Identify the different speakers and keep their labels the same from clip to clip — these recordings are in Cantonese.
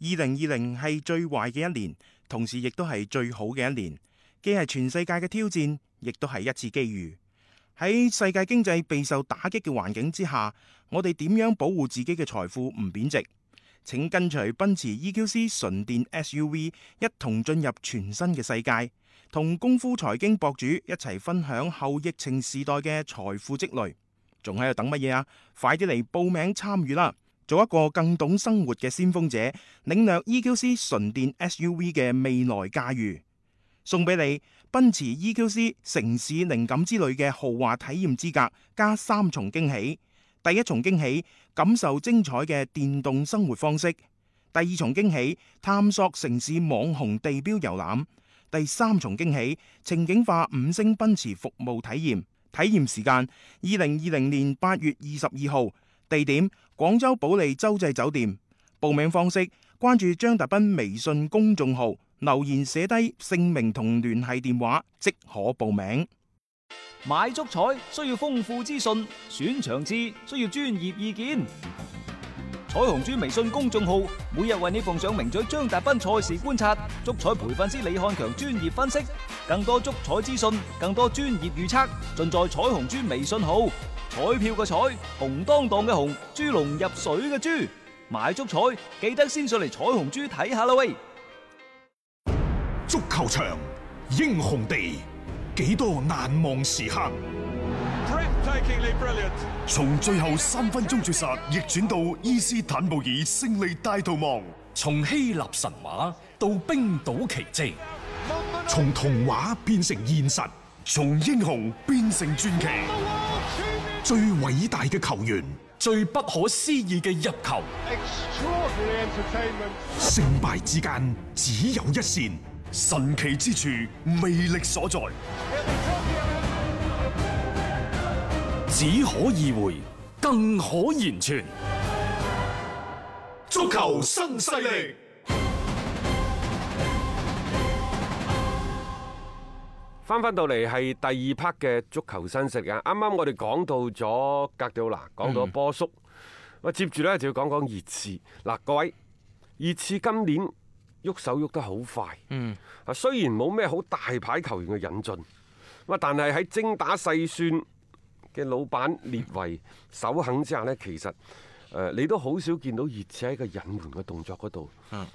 Speaker 1: 二零二零係最壞嘅一年，同時亦都係最好嘅一年，既係全世界嘅挑戰，亦都係一次機遇。喺世界經濟備受打擊嘅環境之下，我哋點樣保護自己嘅財富唔貶值？請跟隨奔馳 EQC 純電 SUV 一同進入全新嘅世界，同功夫財經博主一齊分享後疫情時代嘅財富積累。仲喺度等乜嘢啊？快啲嚟報名參與啦！做一個更懂生活嘅先鋒者，領略 EQC 純電 SUV 嘅未來駕馭。送俾你奔馳 EQC 城市靈感之旅嘅豪華體驗資格，加三重驚喜。第一重驚喜，感受精彩嘅電動生活方式；第二重驚喜，探索城市網紅地標遊覽；第三重驚喜，情景化五星奔馳服務體驗。體驗時間：二零二零年八月二十二號，地點廣州保利洲際酒店。報名方式：關注張達斌微信公眾號，留言寫低姓名同聯繫電話，即可報名。
Speaker 2: 買足彩需要豐富資訊，選場次需要專業意見。彩虹豬微信公眾號每日為你奉上名嘴張達斌賽事觀察、足彩培訓師李漢強專業分析，更多足彩資訊、更多專業預測，盡在彩虹豬微信號。彩票嘅彩，紅當當嘅紅，豬籠入水嘅豬。買足彩記得先上嚟彩虹豬睇下啦喂！
Speaker 3: 足球場，英雄地，幾多難忘時刻。從最後三分鐘絕殺逆轉到伊斯坦布爾勝利大逃亡，
Speaker 4: 從希臘神話到冰島奇蹟，
Speaker 3: 從童話變成現實，從英雄變成傳奇。最偉大嘅球員，
Speaker 4: 最不可思議嘅入球，
Speaker 3: 勝敗之間只有一線，神奇之處，魅力所在。
Speaker 4: 只可意會，更可言傳。
Speaker 3: 足球新勢力，
Speaker 5: 翻翻到嚟係第二 part 嘅足球新勢力啊！啱啱我哋講到咗格迪奧拿，講
Speaker 1: 嗯
Speaker 5: 到波叔，我、接住呢就要講講熱刺嗱，各位熱刺今年喐手喐得好快，嗯啊，雖然冇咩好大牌球員嘅引進，咁啊，但係喺精打細算嘅老闆列維首肯之下呢，其實誒、呃你都好少見到熱刺喺個引援嘅動作嗰度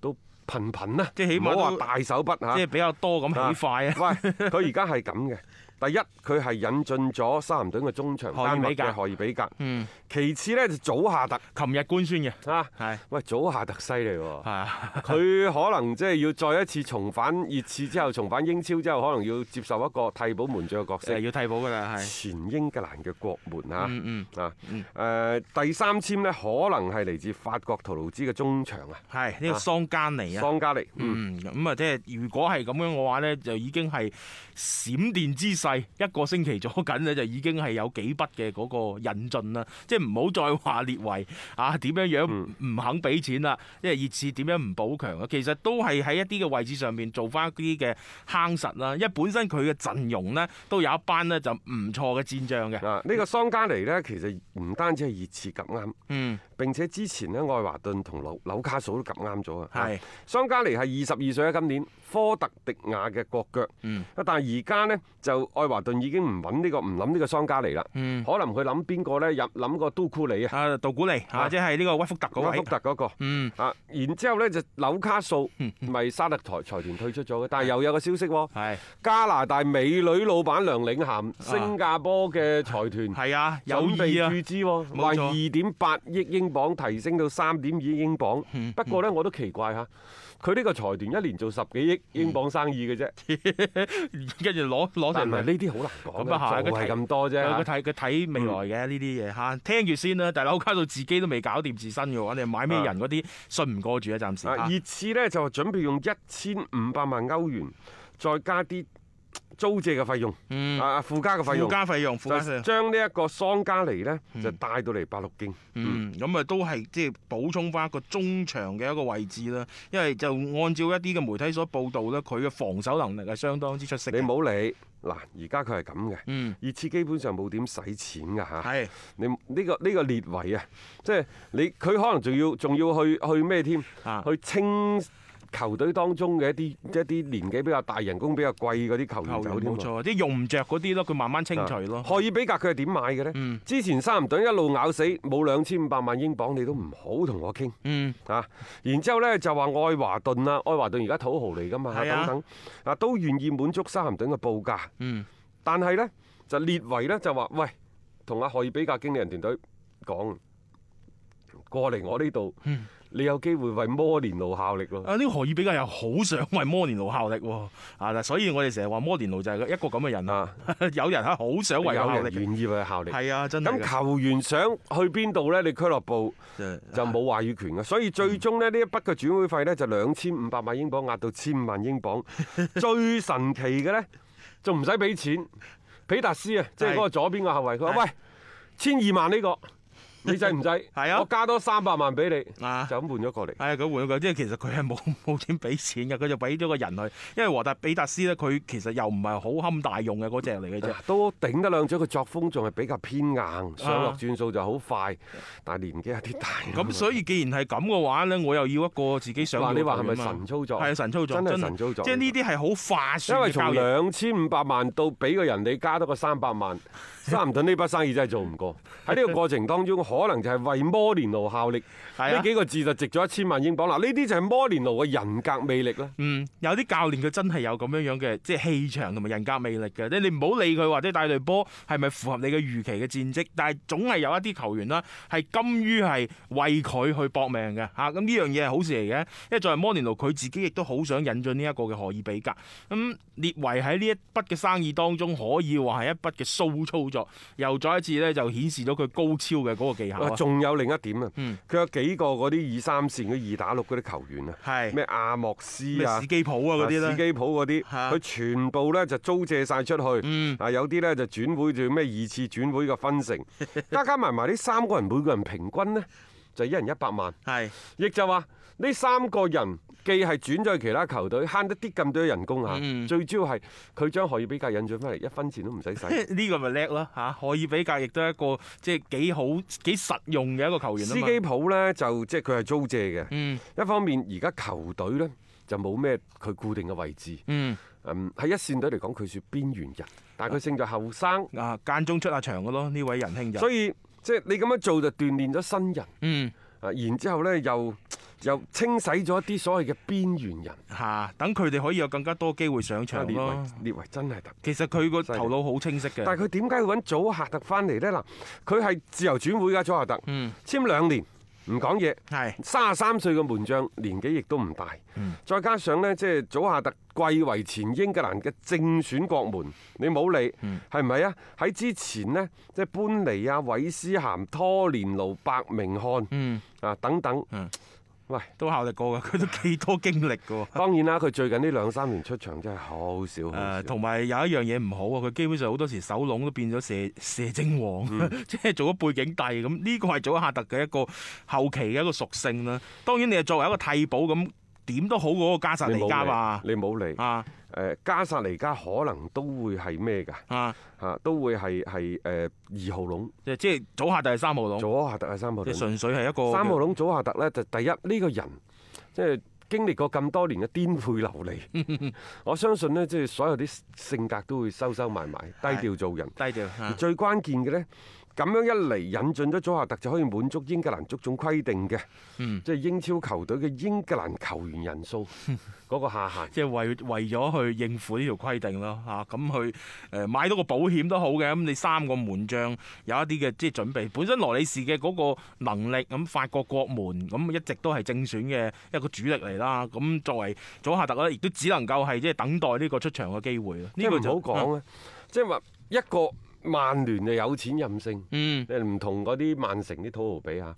Speaker 5: 都頻頻啦，
Speaker 1: 嗯即係起碼
Speaker 5: 唔好話
Speaker 1: 都
Speaker 5: 大手筆啊嚇，
Speaker 1: 即係比較多咁起快 啊！
Speaker 5: 喂，佢而家 係咁嘅。第一，佢係引進咗沙林頓嘅中場
Speaker 1: 荷爾
Speaker 5: 丹麥
Speaker 1: 比格
Speaker 5: 嘅荷爾比格。
Speaker 1: 嗯，
Speaker 5: 其次呢，就祖夏特
Speaker 1: 琴日官宣嘅，
Speaker 5: 啊，
Speaker 1: 係
Speaker 5: 喂，祖夏特犀利喎。
Speaker 1: 係 啊。
Speaker 5: 佢可能即係要再一次重返熱刺之後，重返英超之後，可能要接受一個替補門將嘅角色
Speaker 1: 誒。要替補噶啦，係
Speaker 5: 前英格蘭嘅國門啊，
Speaker 1: 嗯
Speaker 5: 啊，誒第三簽呢，可能係嚟自法國圖盧茲嘅中場啊，
Speaker 1: 係呢個桑加尼啊。
Speaker 5: 桑加利。嗯
Speaker 1: 嗯，咁啊，即係如果係咁樣嘅話呢，就已經係閃電之勢，一個星期左緊呢，就已經係有幾筆嘅嗰個引進啦。即係唔好再話列為啊點樣樣唔肯俾錢啦，即係熱刺點樣唔補強啊，其實都係喺一啲嘅位置上面做翻一啲嘅夯實啦。因為本身佢嘅陣容呢，都有一班呢就唔錯嘅戰將嘅。
Speaker 5: 啊！呢個桑加尼呢，其實唔單止係熱刺夾啱，
Speaker 1: 嗯，
Speaker 5: 並且之前呢，愛華頓同紐紐卡素都夾啱咗啊。
Speaker 1: 係
Speaker 5: 桑加尼係二十二歲啊，今年科特迪亞嘅國腳。啊
Speaker 1: 嗯
Speaker 5: 但係而家呢，就愛華頓已經唔揾呢個唔諗呢個桑加尼啦。
Speaker 1: 嗯
Speaker 5: 可能佢諗邊個呢？入諗個都庫里啊，
Speaker 1: 啊，杜古尼啊，
Speaker 5: 啊
Speaker 1: 即係呢個威福特嗰
Speaker 5: 阿
Speaker 1: 位
Speaker 5: 福。特嗰、個。
Speaker 1: 嗯，
Speaker 5: 啊，然之後呢，就紐卡素咪沙特台財團退出咗嘅，但係又有個消息喎，
Speaker 1: 係。啊
Speaker 5: 加拿大美女老闆梁領涵，新加坡嘅財團。
Speaker 1: 係啊，有
Speaker 5: 準備
Speaker 1: 意啊
Speaker 5: 注，資喎，話
Speaker 1: 冇錯
Speaker 5: 二點八億英鎊提升到三點二億英鎊。
Speaker 1: 嗯
Speaker 5: 不過呢，我都奇怪嚇，佢呢個財團一年做十幾億英鎊生意嘅啫，
Speaker 1: 跟住攞攞
Speaker 5: 但
Speaker 1: 嗯成
Speaker 5: 係呢啊
Speaker 1: 嚟。
Speaker 5: 啲好
Speaker 1: 咁啊
Speaker 5: 難
Speaker 1: 係佢
Speaker 5: 講嘅，就係
Speaker 1: 睇
Speaker 5: 咁多啫
Speaker 1: 佢
Speaker 5: 嚇。
Speaker 1: 睇佢睇未來嘅呢
Speaker 5: 嗯
Speaker 1: 啲嘢嚇，聽住先啦。但係紐卡素自己都未搞掂自身嘅話，你買咩人嗰啲信唔過住啊？暫時
Speaker 5: 啊，
Speaker 1: 嚇
Speaker 5: 熱刺呢就準備用一千五百萬歐元，再加啲租借嘅費用，
Speaker 6: 嗯
Speaker 5: 啊附加嘅費
Speaker 1: 附
Speaker 5: 用，
Speaker 1: 加費用，附加費
Speaker 5: 就
Speaker 1: 用。
Speaker 5: 將呢一個桑加尼呢，就帶到嚟白鹿徑。
Speaker 1: 嗯，咁啊都係即係補充翻一個中場嘅一個位置啦，因為就按照一啲嘅媒體所報道呢，佢嘅防守能力係相當之出色嘅。
Speaker 5: 你冇理嗱，而家佢係咁嘅，
Speaker 1: 嗯，
Speaker 5: 熱刺基本上冇點使錢㗎嚇。
Speaker 1: 係
Speaker 5: 你呢、個呢、個列位啊，即係你佢可能仲要仲要去去咩添？
Speaker 1: 啊
Speaker 5: 去清球隊當中嘅一啲一啲年紀比較大、人工比較貴嗰啲球員
Speaker 1: 球員
Speaker 5: 走添啊
Speaker 1: 冇
Speaker 5: 喎。
Speaker 1: 錯，即係用唔着嗰啲咯，佢慢慢清除咯。
Speaker 5: 荷爾比格佢係點買嘅呢？
Speaker 1: 嗯
Speaker 5: 之前三唔頓一路咬死，冇兩千五百萬英鎊，你都唔好同我傾
Speaker 1: 嗯，
Speaker 5: 啊！然之後呢，就話愛華頓啦，愛華頓而家土豪嚟㗎嘛，
Speaker 1: 係啊
Speaker 5: 等等啊都願意滿足三唔頓嘅報價。
Speaker 1: 嗯，
Speaker 5: 但係呢，就列維呢，就話：喂，同阿荷爾比格經理人團隊講，過嚟我呢度，
Speaker 1: 嗯
Speaker 5: 你有機會為摩連奴效力咯。
Speaker 1: 啊呢個荷爾比較又好想為摩連奴效力喎，啊，所以我哋成日話摩連奴就係一個咁嘅人啊，
Speaker 5: 啊，
Speaker 1: 有人係好想為佢效
Speaker 5: 有人
Speaker 1: 力嘅。
Speaker 5: 願意為佢效力。
Speaker 1: 係啊，真係
Speaker 5: 咁
Speaker 1: 㗎。
Speaker 5: 球員想去邊度呢？你俱樂部
Speaker 1: 就
Speaker 5: 就冇話語權嘅，所以最終呢，呢一筆嘅轉會費呢，就兩千五百萬英鎊壓到千五萬 英鎊。最神奇嘅呢，仲唔使俾錢。比達斯啊，即係嗰個左邊個後衞，佢話：
Speaker 1: 係
Speaker 5: 喂，千二萬 呢個，你制唔制？
Speaker 1: 係啊
Speaker 5: 我加多三百萬俾你，
Speaker 1: 啊
Speaker 5: 就咁換咗過嚟。
Speaker 1: 係啊，佢換咗佢，即係其實佢係冇 冇點俾錢嘅，佢就俾咗個人去。因為和達比達斯咧，佢其實又唔係好堪大用嘅嗰只嚟嘅啫。
Speaker 5: 都頂得兩嘴，佢作風仲係比較偏硬，上落轉數就好快，但係年紀有啲大。
Speaker 1: 咁所以既然係咁嘅話咧，我又要一個自己想要
Speaker 5: 嗱，
Speaker 1: 嘅
Speaker 5: 你話係
Speaker 1: 球
Speaker 5: 咪
Speaker 1: 員啊嘛
Speaker 5: 神操作？
Speaker 1: 係啊神操作，
Speaker 5: 真係
Speaker 1: 真係
Speaker 5: 神操作
Speaker 1: 即係呢啲係好化
Speaker 5: 因
Speaker 1: 算
Speaker 5: 為
Speaker 1: 嘅交
Speaker 5: 從
Speaker 1: 易。
Speaker 5: 兩千五百萬到俾個人你加多個三百 萬，三唔頓呢筆生意真係做唔過。喺呢個過程當中，可能就係為摩連奴效力
Speaker 1: 係
Speaker 5: 呢
Speaker 1: 啊
Speaker 5: 幾個字就值咗一千萬英鎊。嗱，呢啲就係摩連奴嘅人格魅力啦。
Speaker 1: 嗯，有啲教練佢真係有咁樣樣嘅，即係氣場同埋人格魅力嘅。即係你唔好理佢或者帶隊波係咪符合你嘅預期嘅戰績，但係總係有一啲球員啦，係甘於係為佢去搏命嘅嚇。咁、呢樣嘢係呃好事嚟嘅，因為作為摩連奴佢自己亦都好想引進呢一個嘅荷爾比格。咁、列維喺呢一筆嘅生意當中，可以話係一筆嘅騷操作，又再一次咧就顯示咗佢高超嘅嗰個技巧
Speaker 5: 啊
Speaker 1: 啊。
Speaker 5: 仲有另一點啊
Speaker 1: 嗯，
Speaker 5: 佢有幾個嗰啲二三線嘅二打六嗰啲球員啊，
Speaker 1: 係
Speaker 5: 咩阿莫斯
Speaker 1: 咩
Speaker 5: 啊
Speaker 1: 史。基普啊嗰啲
Speaker 5: 啊
Speaker 1: 啦
Speaker 5: 史。基普嗰啲，
Speaker 1: 嚇
Speaker 5: 佢全部咧就租借晒出去，
Speaker 1: 嗯
Speaker 5: 啊有啲咧就轉會，仲要咩二次轉會嘅分 成，加加埋埋呢三個人每個人平均呢，就一人一百萬，
Speaker 1: 係
Speaker 5: 亦就話呢三個人既係轉咗去其他球隊，慳得啲咁多人工啊，
Speaker 1: 嗯
Speaker 5: 最主要係佢將荷爾比格引進翻嚟，一分錢都唔 使使。
Speaker 1: 呢個咪叻咯嚇，可以比較，亦都係一個即係幾好、幾實用嘅一個球員啊
Speaker 5: 司
Speaker 1: 嘛。
Speaker 5: 基普呢，就即係佢係租借嘅，
Speaker 1: 嗯
Speaker 5: 一方面而家球隊呢，就冇咩佢固定嘅位置，
Speaker 1: 嗯
Speaker 5: 嗯喺一線隊嚟講佢算邊緣人，但係佢勝在後生。
Speaker 1: 啊間中出下場嘅咯，呢位仁兄就
Speaker 5: 嗯所以即係你咁樣做就鍛鍊咗新人，
Speaker 1: 嗯
Speaker 5: 啊，然之後呢又又清洗咗一啲所謂嘅邊緣人，
Speaker 1: 嚇、等佢哋可以有更加多機會上
Speaker 5: 啊
Speaker 1: 場
Speaker 5: 列
Speaker 1: 咯嗯
Speaker 5: 維。列維真係特別。
Speaker 1: 其實佢個
Speaker 5: 犀利
Speaker 1: 頭腦好清晰
Speaker 5: 但
Speaker 1: 嘅，
Speaker 5: 係佢點解要揾祖夏特翻嚟呢？嗱，佢係自由轉會㗎，祖夏特，
Speaker 1: 嗯
Speaker 5: 簽兩年，唔講嘢。
Speaker 1: 係
Speaker 5: 三十三歲嘅門將，年紀亦都唔大，
Speaker 1: 嗯
Speaker 5: 再加上呢，即係祖夏特貴為前英格蘭嘅正選國門，你冇理
Speaker 1: 嗯
Speaker 5: 係唔係啊？喺之前呢，即係班尼啊、韋斯咸、拖連奴、白明漢
Speaker 1: 嗯
Speaker 5: 啊等等
Speaker 1: 嗯，
Speaker 5: 喂，
Speaker 1: 都效力過嘅，佢都幾多經歷嘅喎。
Speaker 5: 當然啦，佢最近呢兩三年出場真係好少
Speaker 1: 誒，
Speaker 5: 好少。
Speaker 1: 啊同埋有一樣嘢唔好啊！佢基本上好多時守籠都變咗射 射精王，
Speaker 5: 嗯
Speaker 1: 即係做咗背景帝咁。呢個係祖夏特嘅一個後期嘅一個屬性啦。當然你係作為一個替補咁，點都好過嗰個加薩
Speaker 5: 你
Speaker 1: 尼加
Speaker 5: 冇
Speaker 1: 吧
Speaker 5: 理，。你冇理。
Speaker 1: 啊
Speaker 5: 誒，加薩尼加可能都會係咩㗎？
Speaker 1: 啊，
Speaker 5: 嚇，都會係係誒二號籠，
Speaker 1: 即即係祖夏特係三號籠，
Speaker 5: 左下特係三號
Speaker 1: 即係
Speaker 5: 籠。
Speaker 1: 純粹係一個
Speaker 5: 三號籠祖夏特呢，就第一呢、個人即係經歷過咁多年嘅顛沛流離， 我相信呢，即係所有啲性格都會收收埋埋，低調做人。
Speaker 1: 低調
Speaker 5: 而
Speaker 1: 啊
Speaker 5: 最關鍵嘅呢，咁樣一嚟引進咗祖夏特就可以滿足英格蘭足總規定嘅，
Speaker 1: 嗯
Speaker 5: 即係英超球隊嘅英格蘭球員 人數嗰個下限。
Speaker 1: 即係為為咗去應付呢條規定咯嚇，咁去誒買到個保險都好嘅。咁你三個門將有一啲嘅即係準備，本身羅里士嘅嗰個能力，咁法國國門咁一直都係正選嘅一個主力嚟啦。咁作為佐夏特咧，亦都只能夠係即係等待呢個出場嘅機會啦。
Speaker 5: 呢
Speaker 1: 個啊
Speaker 5: 個唔好講，啦，即係話一個曼聯就有錢任性，
Speaker 1: 嗯
Speaker 5: 誒唔同嗰啲曼城啲土豪比啊，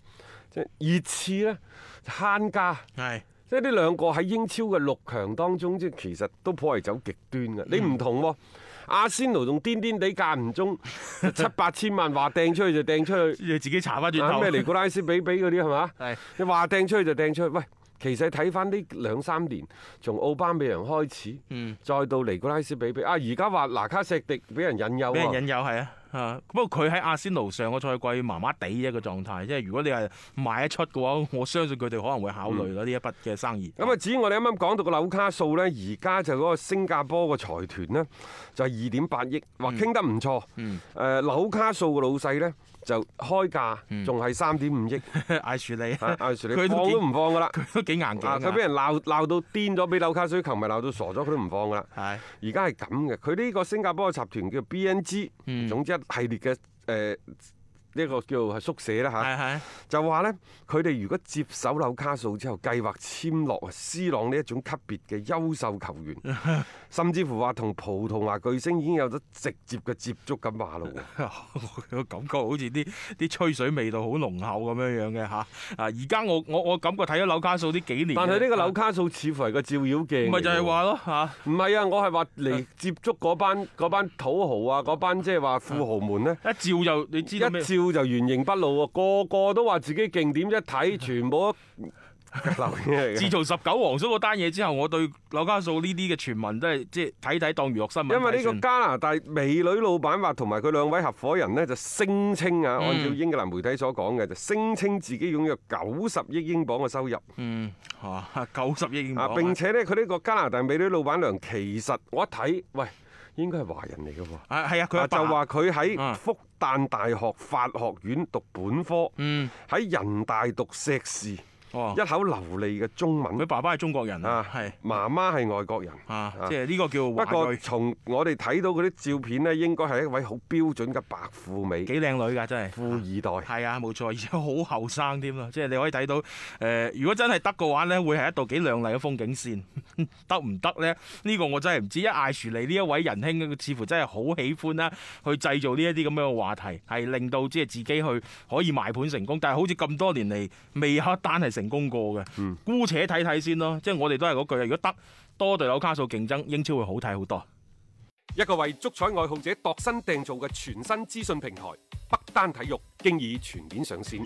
Speaker 5: 即係熱刺呢，慳家
Speaker 1: 係
Speaker 5: 即係呢兩個喺英超嘅六強當中，即係其實都頗為走極端嘅。你唔同喎，阿仙奴仲癲癲地間唔 中七八千萬話掟出去就掟出去，
Speaker 1: 你自己查翻轉
Speaker 5: 啊
Speaker 1: 頭
Speaker 5: 咩尼古拉斯比比嗰啲係嘛？
Speaker 1: 係
Speaker 5: 你話掟出去就掟出去，喂。其實睇翻呢兩三年，從奧巴美揚開始，
Speaker 1: 嗯
Speaker 5: 再到尼古拉斯比比，啊而家話拿卡石迪俾人引誘
Speaker 1: 俾
Speaker 5: 喎
Speaker 1: 人引誘係啊。啊！不過佢喺阿仙奴上個賽季麻麻地一個狀態，即係如果你係賣得出嘅話，我相信佢哋可能會考慮啦呢一筆嘅生意。
Speaker 5: 咁啊，至於我哋啱啱講到個紐卡素呢，而家就嗰個新加坡個財團呢，就係二點八億，話
Speaker 1: 嗯
Speaker 5: 傾得唔錯。誒、紐卡素個老細呢，就開價仲係三點五億，
Speaker 1: 艾樹利，
Speaker 5: 啊艾樹利
Speaker 1: 嗯佢
Speaker 5: 放
Speaker 1: 幾
Speaker 5: 都唔放㗎啦
Speaker 1: 佢都幾硬頸
Speaker 5: 啊
Speaker 1: 啊
Speaker 5: 佢俾人鬧鬧到癲咗，俾紐卡素啲球迷鬧到傻咗，佢都唔放㗎啦。
Speaker 1: 係
Speaker 5: 而家係咁嘅，佢呢個新加坡嘅集團叫 BNG，、總
Speaker 1: 嗯
Speaker 5: 之一系列嘅誒。呃呢個叫係宿舍啦嚇，
Speaker 1: 係啊係
Speaker 5: 就話呢，佢哋如果接手紐卡素之後，計劃簽落啊斯朗呢一種級別嘅優秀球員， 甚至乎話同葡萄牙巨星已經有咗直接嘅接觸咁話咯喎。
Speaker 1: 啊個感覺好似啲啲吹水味道好濃厚咁樣樣嘅嚇。啊，而家我我我感覺睇咗紐卡素呢幾年，
Speaker 5: 但係呢個紐
Speaker 1: 卡
Speaker 5: 卡素似乎係個照妖鏡嚟喎，
Speaker 1: 咪就係話咯嚇，
Speaker 5: 唔係啊！我係話嚟接觸嗰班嗰班土豪啊，嗰班即係話富豪們呢。
Speaker 1: 一照就你
Speaker 5: 一
Speaker 1: 知道咩？
Speaker 5: 照就原形不露喎，個個都話自己勁點，一睇全部都流嘢嚟
Speaker 1: 自
Speaker 5: 嘅。
Speaker 1: 從十九皇叔嗰單嘢之後，我對紐卡素呢啲嘅傳聞都係即係睇睇當娛樂新聞。
Speaker 5: 因為呢個加拿大美女老闆話同埋佢兩位合伙人呢，就聲稱
Speaker 1: 嗯
Speaker 5: 啊，按照英格蘭媒體所講嘅，就聲稱自己擁有九十億英鎊嘅收入
Speaker 1: 嗯嚇九十億英
Speaker 5: 啊！
Speaker 1: 鎊
Speaker 5: 並且呢，佢呢個加拿大美女老闆娘其實我一睇，喂，應該係華人嚟嘅喎。
Speaker 1: 啊係啊，佢
Speaker 5: 啊
Speaker 1: 阿爸
Speaker 5: 就話佢
Speaker 1: 啊
Speaker 5: 喺復旦大學法學院讀本科，喺人大讀碩士，
Speaker 1: 嗯哦
Speaker 5: 一口流利嘅中
Speaker 1: 佢
Speaker 5: 文。
Speaker 1: 爸爸係中國人
Speaker 5: 啊
Speaker 1: 啊，，係
Speaker 5: 媽媽係外國人
Speaker 1: 啊，即係呢個叫
Speaker 5: 不
Speaker 1: 華
Speaker 5: 過
Speaker 1: 裔，
Speaker 5: 從我哋睇到嗰啲照片呢，應該係一位好標準嘅白富美、
Speaker 1: 幾靚女㗎真係。
Speaker 5: 富二代。
Speaker 1: 係啊，冇錯，而且好後生添啊啦，即係你可以睇到，誒、如果真係得嘅話呢，會係一道幾靚麗嘅風景線。 得唔得呢？呢、個我真係唔知。一艾樹利呢一位仁兄，佢似乎真係好喜歡啦，去製造呢一啲咁樣嘅話題，係令到即係自己去可以賣盤成功。但係好似咁多年嚟，未有一單係成功過嘅。姑且睇睇先咯，即係我哋都係嗰句啊，如果得多隊紐卡素競爭，英超會好睇好多。
Speaker 5: 一個為足彩愛好者度身訂造嘅全新資訊平台北單體育，經已全面上線。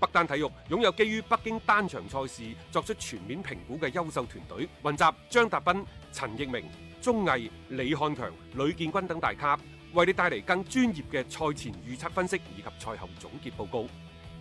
Speaker 5: 北單體育擁有基於北京單場賽事作出全面評估嘅優秀團隊，雲集張達斌、陳奕明、鐘毅、李漢強、呂建軍等大咖，為你帶嚟更專業嘅賽前預測分析以及賽後總結報告。